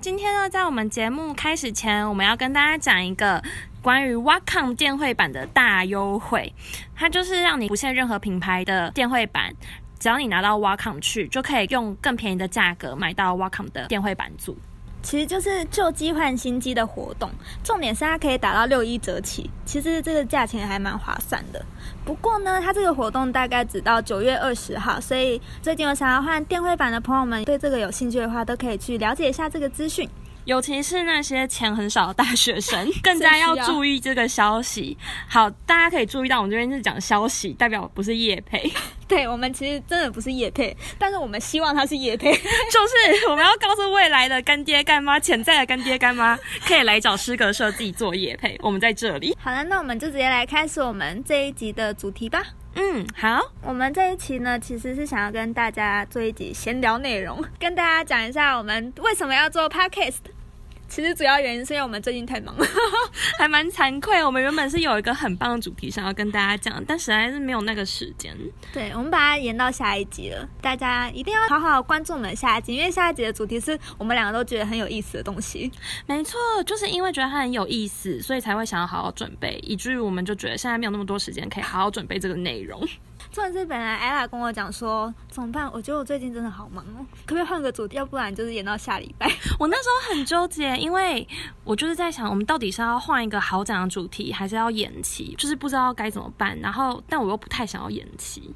今天呢，在我们节目开始前，我们要跟大家讲一个关于 Wacom 电绘版的大优惠，它就是让你不限任何品牌的电绘版。只要你拿到 Wacom 去，就可以用更便宜的价格买到 Wacom 的电绘版组。其实就是旧机换新机的活动，重点是它可以打到六一折起，其实这个价钱还蛮划算的。不过呢，它这个活动大概只到九月二十号，所以最近有想要换电绘版的朋友们，对这个有兴趣的话，都可以去了解一下这个资讯。 尤其是那些钱很少的大学生，更加要注意这个消息。好，大家可以注意到，我们这边是讲消息，代表不是叶配。对我们其实真的不是叶配，但是我们希望它是叶配， 就是我们要告诉未来的干爹干妈、潜在的干爹干妈，可以来找诗格社自己做叶配，我们在这里。好了，那我们就直接来开始我们这一集的主题吧。嗯，好，我们这一期呢，其实是想要跟大家做一集闲聊内容， 跟大家讲一下我们为什么要做 podcast。其实主要原因是因为我们最近太忙了， 还蛮惭愧，我们原本是有一个很棒的主题想要跟大家讲，但实在是没有那个时间。对，我们把它延到下一集了。大家一定要好好关注我们的下一集，因为下一集的主题是我们两个都觉得很有意思的东西。没错，就是因为觉得它很有意思，所以才会想要好好准备，以至于我们就觉得现在没有那么多时间可以好好准备这个内容。重点是本来 ella 跟我讲说怎么办，我觉得我最近真的好忙哦，可不可以换个主题？要不然就是延到下礼拜。 我那时候很纠结，因为我就是在想，我们到底是要换一个好讲的主题，还是要延期？就是不知道该怎么办。然后，但我又不太想要延期。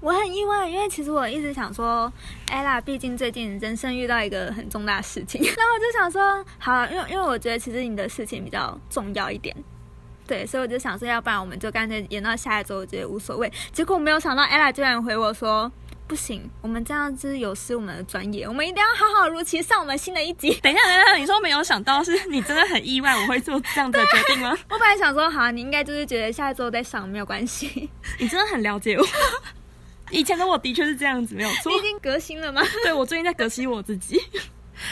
我很意外，因为其实我一直想说，ella 毕竟最近人生遇到一个很重大的事情， 然后我就想说，好，啊因为因为我觉得其实你的事情比较重要一点。对，所以我就想说，要不然我们就干脆延到下一周，我觉得无所谓。结果我没有想到，ella 居然回我说。不行，我们这样子有失我们的专业，我们一定要好好如期上我们新的一集。 等一下，等一下，你说没有想到，是你真的很意外我会做这样的决定吗？我本来想说，好、啊，你应该就是觉得下一周再上没有关系， 你真的很了解我。 以前的我的确是这样子，没有错你。已经革新了吗？对我最近在革新我自己。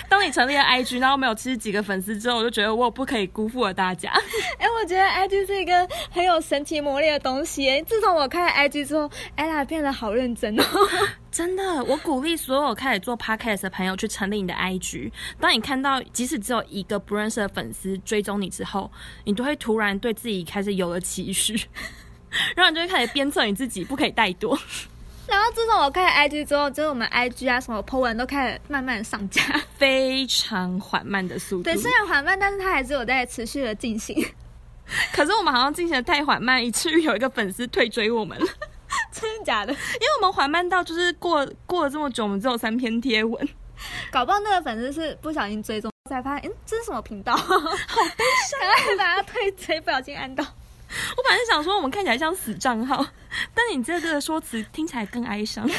当你成立了 IG，然后没有七十几个粉丝之后，我就觉得我不可以辜负了大家。哎、我觉得 IG 是一个很有神奇魔力的东西耶。自从我开了 IG 之后，ella 变得好认 真哦。 真的，我鼓励所有开始做 podcast 的朋友去成立你的 IG。当你看到即使只有一个不认识的粉丝追踪你之后，你都会突然对自己开始有了期许， 然后你就会开始鞭策你自己，不可以怠惰。然后自从我开了 IG 之后，就是我们 IG 啊什么 po 文都开始慢慢上架。非常缓慢的速度。对，虽然缓慢，但是它还是有在持续的进 行，可是我们好像进行的太缓慢，以至于有一个粉丝退追我们了， 因真的假的？为我们缓慢到就是过过了这么久，我们只有三篇贴文， 搞不好那个粉丝是不小心追踪，才发现，嗯，这是什么频道？好悲伤，啊赶快把它退追，不小心按到。我本来是想说我们看起来像死账号，但你这个说辞听起来更哀伤。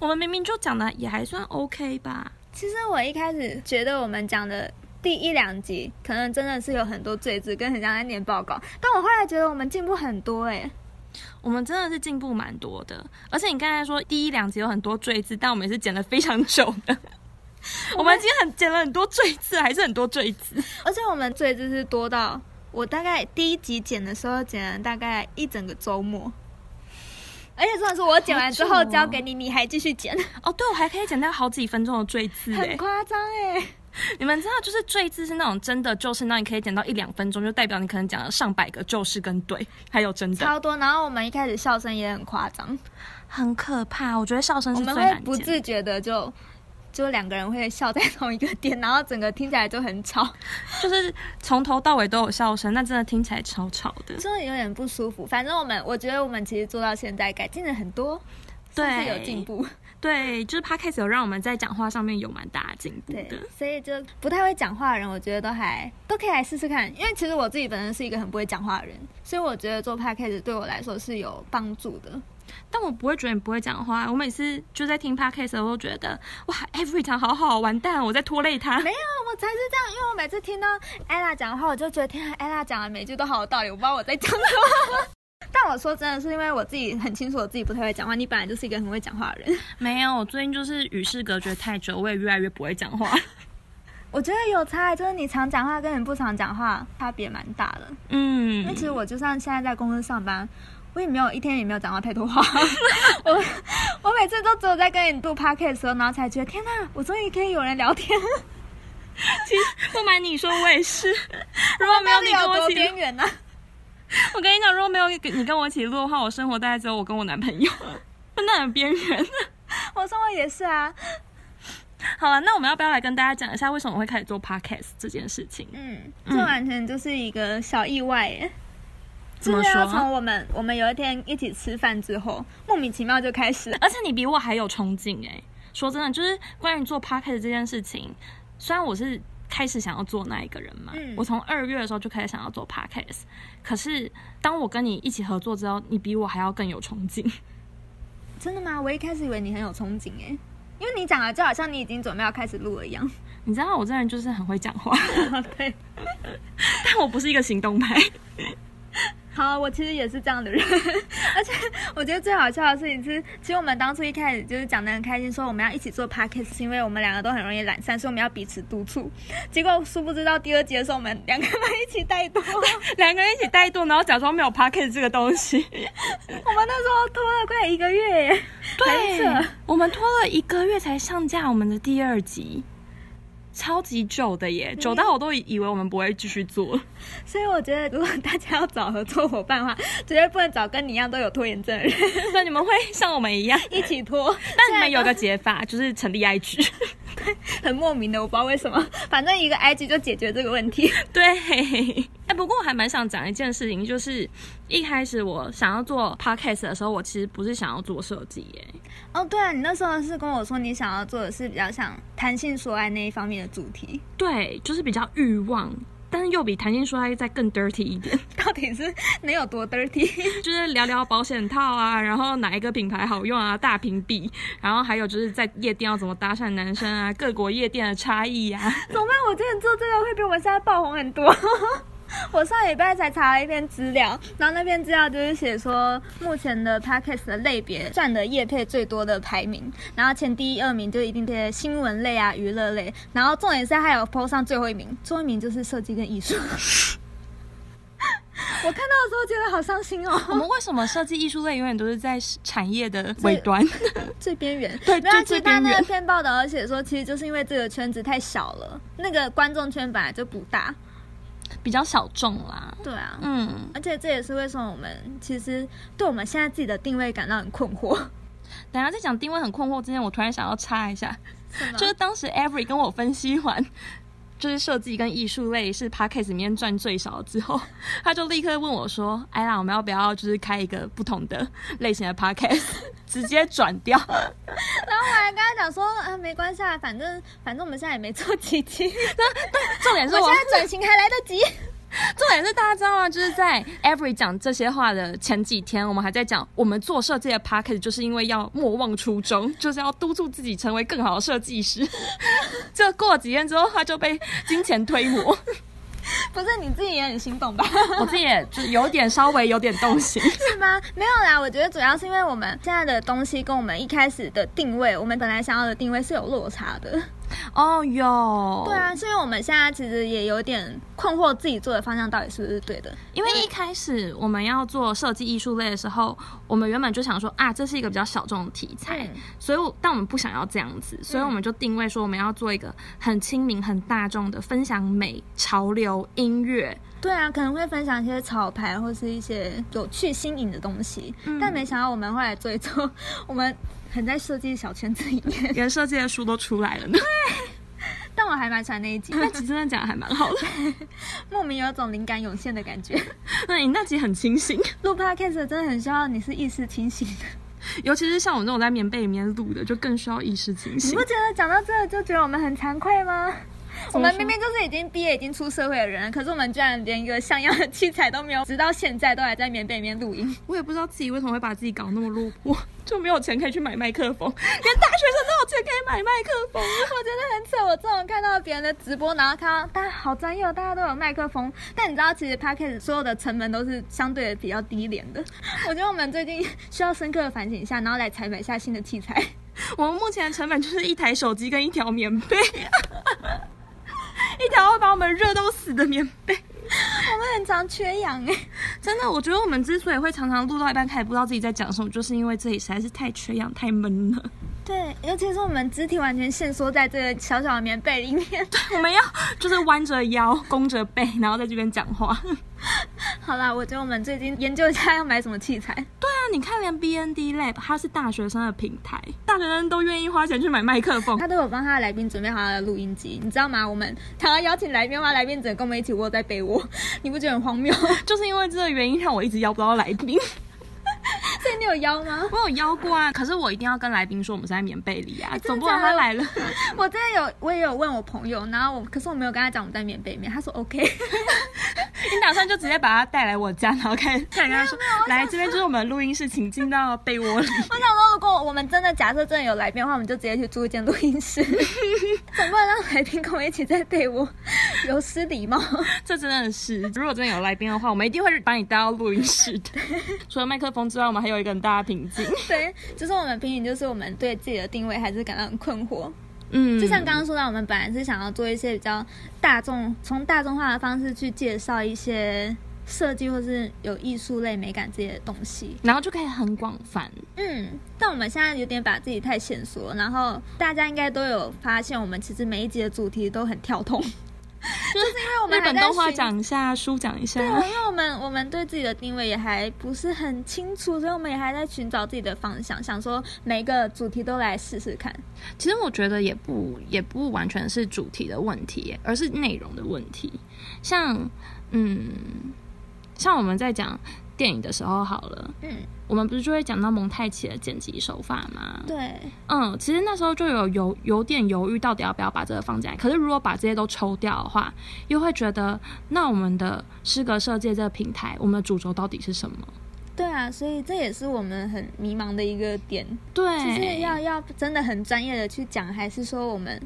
我们明明就讲的也还算 OK 吧，其实我一开始觉得我们讲的第一两集，可能真的是有很多罪字，跟很像在念报告，但我后来觉得我们进步很多、欸，哎，我们真的是进步蛮多的。而且你刚才说第一两集有很多赘字，但我们也是剪了非常久的。我们今天很剪了很多赘字，还是很多赘字。而且我们罪字是多到我大概第一集剪的时候剪了大概一整个周末，而且真的是我剪完之好后久哦交给你，你还继续剪，哦，对，我还可以剪掉好几分钟的赘字哎 很。夸张哎。你们知道，就是赘字是那种真的就是，那你可以剪到一两分钟，就代表你可能讲了上百个就是跟对，还有真的，超多。然后我们一开始笑声也很夸张，很可怕。我觉得笑声我是最们会难不剪的。自觉的就就两个人会笑在同一个点，然后整个听起来就很吵，就是从头到尾都有笑声，那真的听起来超吵的。真的有点不舒服。反正我们我觉得我们其实做到现在改进了很多，算是有进步。对，就是 podcast 有让我们在讲话上面有蛮大的进步对的。，所以就不太会讲话的人，我觉得都还都可以来试试看。因为其实我自己本身是一个很不会讲话的人，所以我觉得做 p a c k a g e 对我来说是有帮助的。但我不会觉得你不会讲话，我每次就在听 podcast 的时候都觉得，哇，every 场好好，完蛋，我在拖累他。没有，我才是这样，因为我每次听到 ella 讲的话，我就觉得天啊，ella 讲的每句都好有道理，我不知道我在讲什么。 但我说真的是因为我自己很清楚我自己不太会讲话，你本来就是一个很会讲话的人。没有，我最近就是与世隔绝太久，我也越来越不会讲话。我觉得有差，就是你常讲话跟你不常讲话差别蛮大的。嗯因为，其实我就算现在在公司上班，我也没有一天也没有讲到太多话。 我我每次都只有在跟你录 podcast 的时候，然后才觉得天哪，我终于可以有人聊天。其实不瞒你说，我也 是。如 果没有到你 底跟有我多一起录边，缘呢？我跟你讲，如果没有你跟我一起录的话，我生活大概只有我跟我男朋友， 真的很边缘。我生活也是啊，好了，那我们要不要来跟大家讲一下为什么我会开始做 podcast 这件事情？嗯，这嗯完全就是一个小意外耶。怎么就是要说从我们我们有一天一起吃饭之后，莫名其妙就开始了。而且你比我还有冲劲哎、说真的，就是关于做 podcast 这件事情，虽然我是开始想要做那一个人嘛，嗯我从二月的时候就开始想要做 podcast，可是当我跟你一起合作之后，你比我还要更有冲劲。真的吗？我一开始以为你很有憧憬哎，因为你讲了就好像你已经准备要开始录了一样。你知道我这人就是很会讲话，对， 但我不是一个行动派。 好，我其实也是这样的人， 而且我觉得最好笑的事情是，其实我们当初一开始就是讲的很开心，说我们要一起做 podcast，是因为我们两个都很容易懒散，所以我们要彼此督促。结果殊不知到第二集的时候，我们两个人一起带动。两个人一起怠惰，然后假装没有 podcast 这个东西。我们那时候拖了快一个月耶，很扯我们拖了一个月才上架我们的第二集，超级久的耶，久到我都以为我们不会继续做。所以我觉得如果大家要找合作伙伴的话，绝对不能找跟你一样都有拖延症的人对，你们会像我们一样，一起拖。但你们有个解法，就是成立 IG。很莫名的，我不知道为什么，反正一个 IG 就解决这个问题。对，哎、不过我还蛮想讲一件事情，就是一开始我想要做 podcast 的时候，我其实不是想要做设计耶，哦，对啊，你那时候是跟我说你想要做的是比较像弹性说爱那一方面的主题，对，就是比较欲望。但是又比谈心说爱再更 dirty 一点， 到底是能有多 dirty？就是聊聊保险套啊，然后哪一个品牌好用啊，大屏蔽，然后还有就是在夜店要怎么搭讪男生啊，各国夜店的差异呀、啊。 怎么办？我真的做这个会比我们现在爆红很多。 我上礼拜才查了一篇资料，然后那篇资料就是写说，目前的 podcast 的类别占的业配最多的排名，然后前第一二名就一定是新闻类啊、娱乐类，然后重点是还有 PO 上最后一名，最后一名就是设计跟艺术。 我看到的时候觉得好伤心哦。我们为什么设计艺术类永远都是在产业的尾端？最边缘，对没有啊最其最实他边那缘个篇报道，有写说其实就是因为这个圈子太小了，那个观众圈本来就不大， 比较小众啦。对啊，嗯，而且这也是为什么我们其实对我们现在自己的定位感到很困 惑，等一下在讲定位很困惑之前，我突然想要插一 下，就就是当时 Avery 跟我分析完，就是设计跟艺术类是 Podcast 里面赚最少之后，他就立刻问我说：“哎啦，我们要不要就是开一个不同的类型的 Podcast，直 接转掉？” 然后我还跟他讲说，嗯、没关系啊，反正反正我们现在也没做几期， 重点我是我现，在转型还来得及。重点是大家知道吗？就是在 Avery 讲这些话的前几天，我们还在讲我们做设计的 Podcast 就是因为要莫忘初衷，就是要督促自己成为更好的设计师。 就过了几天之后，他就被金钱推磨。 不是你自己也很心动吧？ 我自己也就有点稍微有点动心， 是吗？没有啦，我觉得主要是因为我们现在的东西跟我们一开始的定位，我们本来想要的定位是有落差的。 哦哟，对，啊，所以我们现在其实也有点困惑，自己做的方向到底是不是对的？因为一开始我们要做设计艺术类的时候，我们原本就想说啊，这是一个比较小众的题材，嗯所以我但我们不想要这样子，所以我们就定位说我们要做一个很亲民、很大众的，分享美、潮流、音乐。对啊，可能会分享一些潮牌或是一些有趣新颖的东西，但没想到我们会来做一做，我们很在设计小圈子里 面。连设计的书都出来 了呢，但我还蛮喜欢那一集， 那集真的讲的还蛮好的。莫名有一种灵感涌现的感觉。那你那集很清 醒， 录 podcast 真的很需要你是意识清醒的，尤其是像我们这种在棉被里面录的，就更需要意识清 你醒不。觉得讲到这就觉得我们很惭愧吗？我怎么们说明明就是已经毕业、已经出社会的人了，可是我们居然连一个像样的器材都没有，直到现在都还在棉被里面录音。我也不知道自己为什么会把自己搞那么落魄，就没有钱可以去买麦克风， 连大学生都有钱可以买麦克风。我觉得很扯，我这种看到别人的直播，然后看到大家好专业哦，大家都有麦克风，但你知道其实 p a c k a g e 所有的成本都是相对的比较低廉的。 我觉得我们最近需要深刻的反省一下，然后来采买一下新的器材。 我们目前的成本就是一台手机跟一条棉被， 一条会把我们热到死的棉被。我们很常缺氧哎，真的，我觉得我们之所以会常常录到一半开始不知道自己在讲什么，就是因为这里实在是太缺氧、太闷了。 对，尤其是我们肢体完全限缩在这个小小的棉被里面。 我们要就是弯着腰、弓着背，然后在这边讲话。 好啦，我觉得我们最近研究一下要买什么器材。啊那你看，连 BND Lab 它是大学生的平台，大学生都愿意花钱去买麦克风。 他都有帮他的来宾准备好他的录音机，你知道吗？我们他要邀请来宾的话，来宾只能跟我们一起窝在被窝， 你不觉得很荒谬？ 所就是因为这个原因，让我一直邀不到来宾。 以你有邀吗？我有邀过啊，可是我一定要跟来宾说我们是在棉被里啊，哎真的总不能他假的来了。 我真的有，我也有问我朋友，然后我可是我没有跟他讲我们在棉被里面，他说 OK。 你打算就直接把他带来我家，然后开始开始跟他说，来这边就是我们的录音室，请进到被窝里。我想说，如果我们真的假设真的有来宾的话，我们就直接去租一间录音室，总不能让来宾跟我一 起在被窝，有失礼貌。 这真的是，如果真的有来宾的话，我们一定会把你带到录音室的。除了麦克风之外，我们还有一个很大的瓶颈。对，就是我们平时就是我们对自己的定位还是感到很困惑。 嗯，就像刚刚说到，我们本来是想要做一些比较大众，从大众化的方式去介绍一些设计或是有艺术类美感这些东西。然后就可以很广泛。嗯，但我们现在有点把自己太限缩，然后大家应该都有发现，我们其实每一集的主题都很 跳痛，就是因为我们日本还在动画寻讲一下，书讲一下。对，因为我们我们对自己的定位也还不是很清楚，所以我们也还在寻找自己的方向，想说每一个主题都来试试看。其实我觉得也不也不完全是主题的问题耶，而是内容的问题。像嗯，像我们在讲电影的时候好了，嗯，我们不是就会讲到蒙太奇的剪辑手法吗？对，嗯，其实那时候就有犹有点犹豫，到底要不要把这个放进来。可是如果把这些都抽掉的话，又会觉得那我们的诗歌设计这个平台，我们的主轴到底是什么？对啊，所以这也是我们很迷茫的一个点，对，就是要要真的很专业的去讲，还是说我们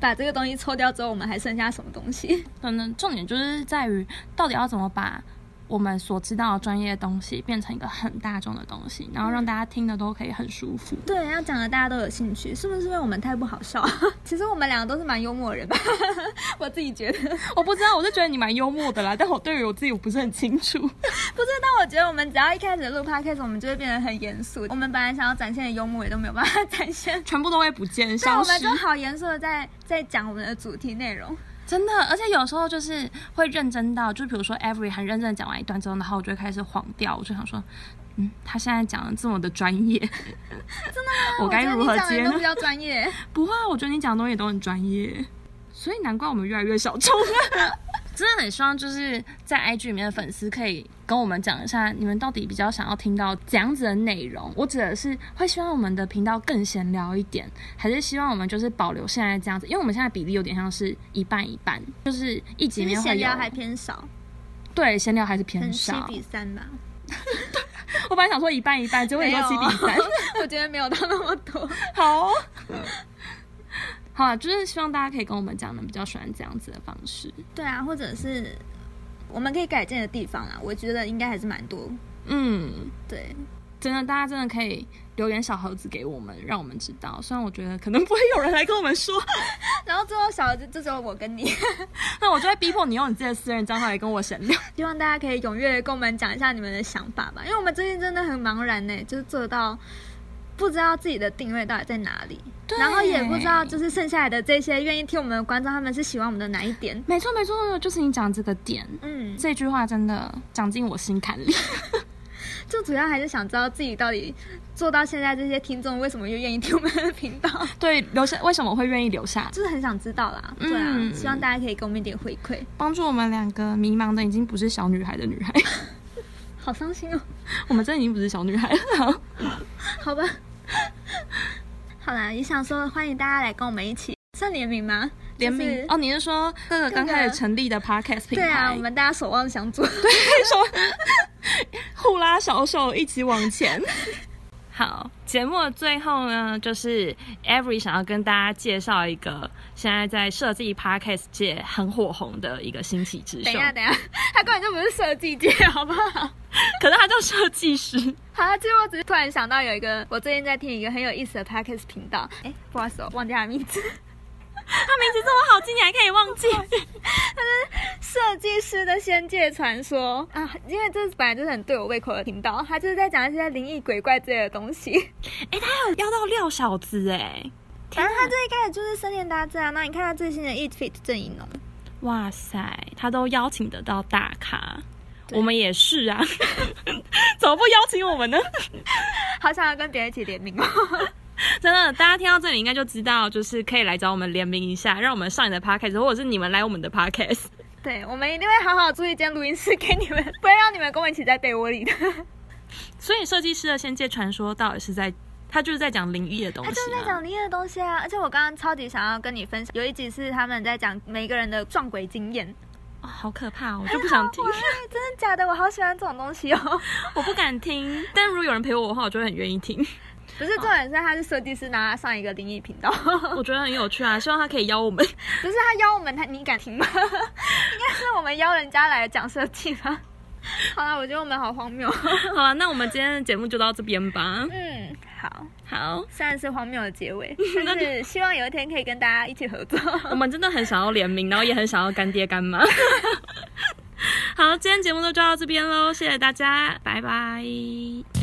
把这个东西抽掉之后，我们还剩下什么东西？可能重点就是在于到底要怎么把我们所知道的专业的东西变成一个很大众的东西，然后让大家听的都可以很舒服。对，要讲的大家都有兴趣，是不是因为我们太不好笑？ 其实我们两个都是蛮幽默的人吧， 我自己觉得。 我不知道，我就觉得你蛮幽默的啦，但我对于我自己我不是很清楚。不是，但我觉得我们只要一开始录 podcast，我们就会变得很严肃。我们本来想要展现的幽默也都没有办法 展现，全部都会不见对，消我失们，就好严肃的在在讲我们的主题内容。真的。而且有时候就是会认真到，就比如说 Every 很认真地讲完一段之后，然后我就会开始晃掉，我就想说，嗯，他现在讲的这么的专业，真的吗 我该如何啊接觉得你讲呢的都比？较 专业，不会啊，我觉得你讲的东西都很专业，所以难怪我们越来越小众。 真的很希望就是在 IG 里面的粉丝可以跟我们讲一下，你们到底比较想要听到怎样子的内容。我指的是会希望我们的频道更闲聊一点，还是希望我们就是保留现在这样子？因为我们现在比例有点像是一半一半，就是一集里其面实会闲有聊还偏少，对闲聊还是可能偏七少。比三吧。 我本来想说一半一半，结果你说没有七比 三。我觉得没有到那么多。好，好啊，就是希望大家可以跟我们讲，你们比较喜欢这样子的方式。对啊，或者是我们可以改进的地方啦，啊我觉得应该还是蛮多。嗯，对， 真的，大家真的可以留言小盒子给我们，让我们知道。虽然我觉得可能不会有人来跟我们说，然后最后小就就只有我跟你，那我就会逼迫你用你自己的私人账号来跟我闲聊。希望大家可以踊跃的跟我们讲一下你们的想法吧，因为我们最近真的很茫然呢，就是做到不知道自己的定位到底在哪里，然后也不知道就是剩下来的这些愿意听我们的观众，他们是喜欢我们的哪一点。没错没错，就是你讲这个点，嗯，这句话真的讲进我心坎里。就主要还是想知道自己到底做到现在，这些听众为什么又愿意听我们的频道， 对，留下为什么会愿意留下， 就是很想知道啦。对啊，嗯希望大家可以给我们一点回馈。帮助我们两个迷茫的已经不是小女孩的女孩， 好伤心 哦，我们真的已经不是小女孩了。好吧。好啦，也想说欢迎大家来跟我们一起算联名吗？联就是名哦，你是说各个刚各个开始成立的 podcast 品牌？对啊，我们大家守望相助。互拉小手一起往前。 好，节目的最后呢，就是 Every 想要跟大家介绍一个现在在设计 podcast 界很火红的一个新奇之秀 等一，下，等 一下，他根本就不是设计界，好不好？ 可是他叫设计 师。好啦，其实我只是突然想到有一个，我最近在听一个很有意思的 podcast 频道，哎，不好意思哦，忘记他的名字。 他名字这么好记，你还可以忘记？设计师的仙界传说啊，因为这本来就是很对我胃口的频道，他就是在讲一些灵异鬼怪之类的东 西。 要到廖小子哎、反正他最一开始就是森田达志啊，那你看他最新的 Eat Fit 哦郑怡农，哇塞，他都邀请得到大咖，对我们也是啊， 怎么不邀请我们呢？好想要跟别人一起联 名哦。真的，大家听到这里应该就知道，就是可以来找我们联名一下，让我们上你的 podcast，或者是你们来我们的 podcast。对，我们一定会好好租一间录音室给你们，不会让你们跟我一起在被窝里的。所以设计师的《仙界传说》到底是在，他就是在讲灵异的东他西啊就是在嘛。讲灵异的东西啊，而且我刚刚超级想要跟你分享，有一集是他们在讲每个人的撞鬼经验，哦，好可怕哦，我 就不想听，哎真的假的？我好喜欢这种东西 哦。我不敢听。但如果有人陪我的话，我就会很愿意 听。不是重点是他是设计师，拿他上一个灵异 频道，我觉得很有趣啊，希望他可以邀我们。 不是他邀我们，他你敢听吗？ 应该是我们邀人家来讲设计 吧。好了，我觉得我们好荒谬。好啊，那我们今天的节目就到这边吧。嗯，好，好，虽然是荒谬的 结尾，但是希望有一天可以跟大家一起合作。我们真的很想要联名，然后也很想要干爹干 妈。好，今天节目就到这边喽，谢谢大家，拜拜。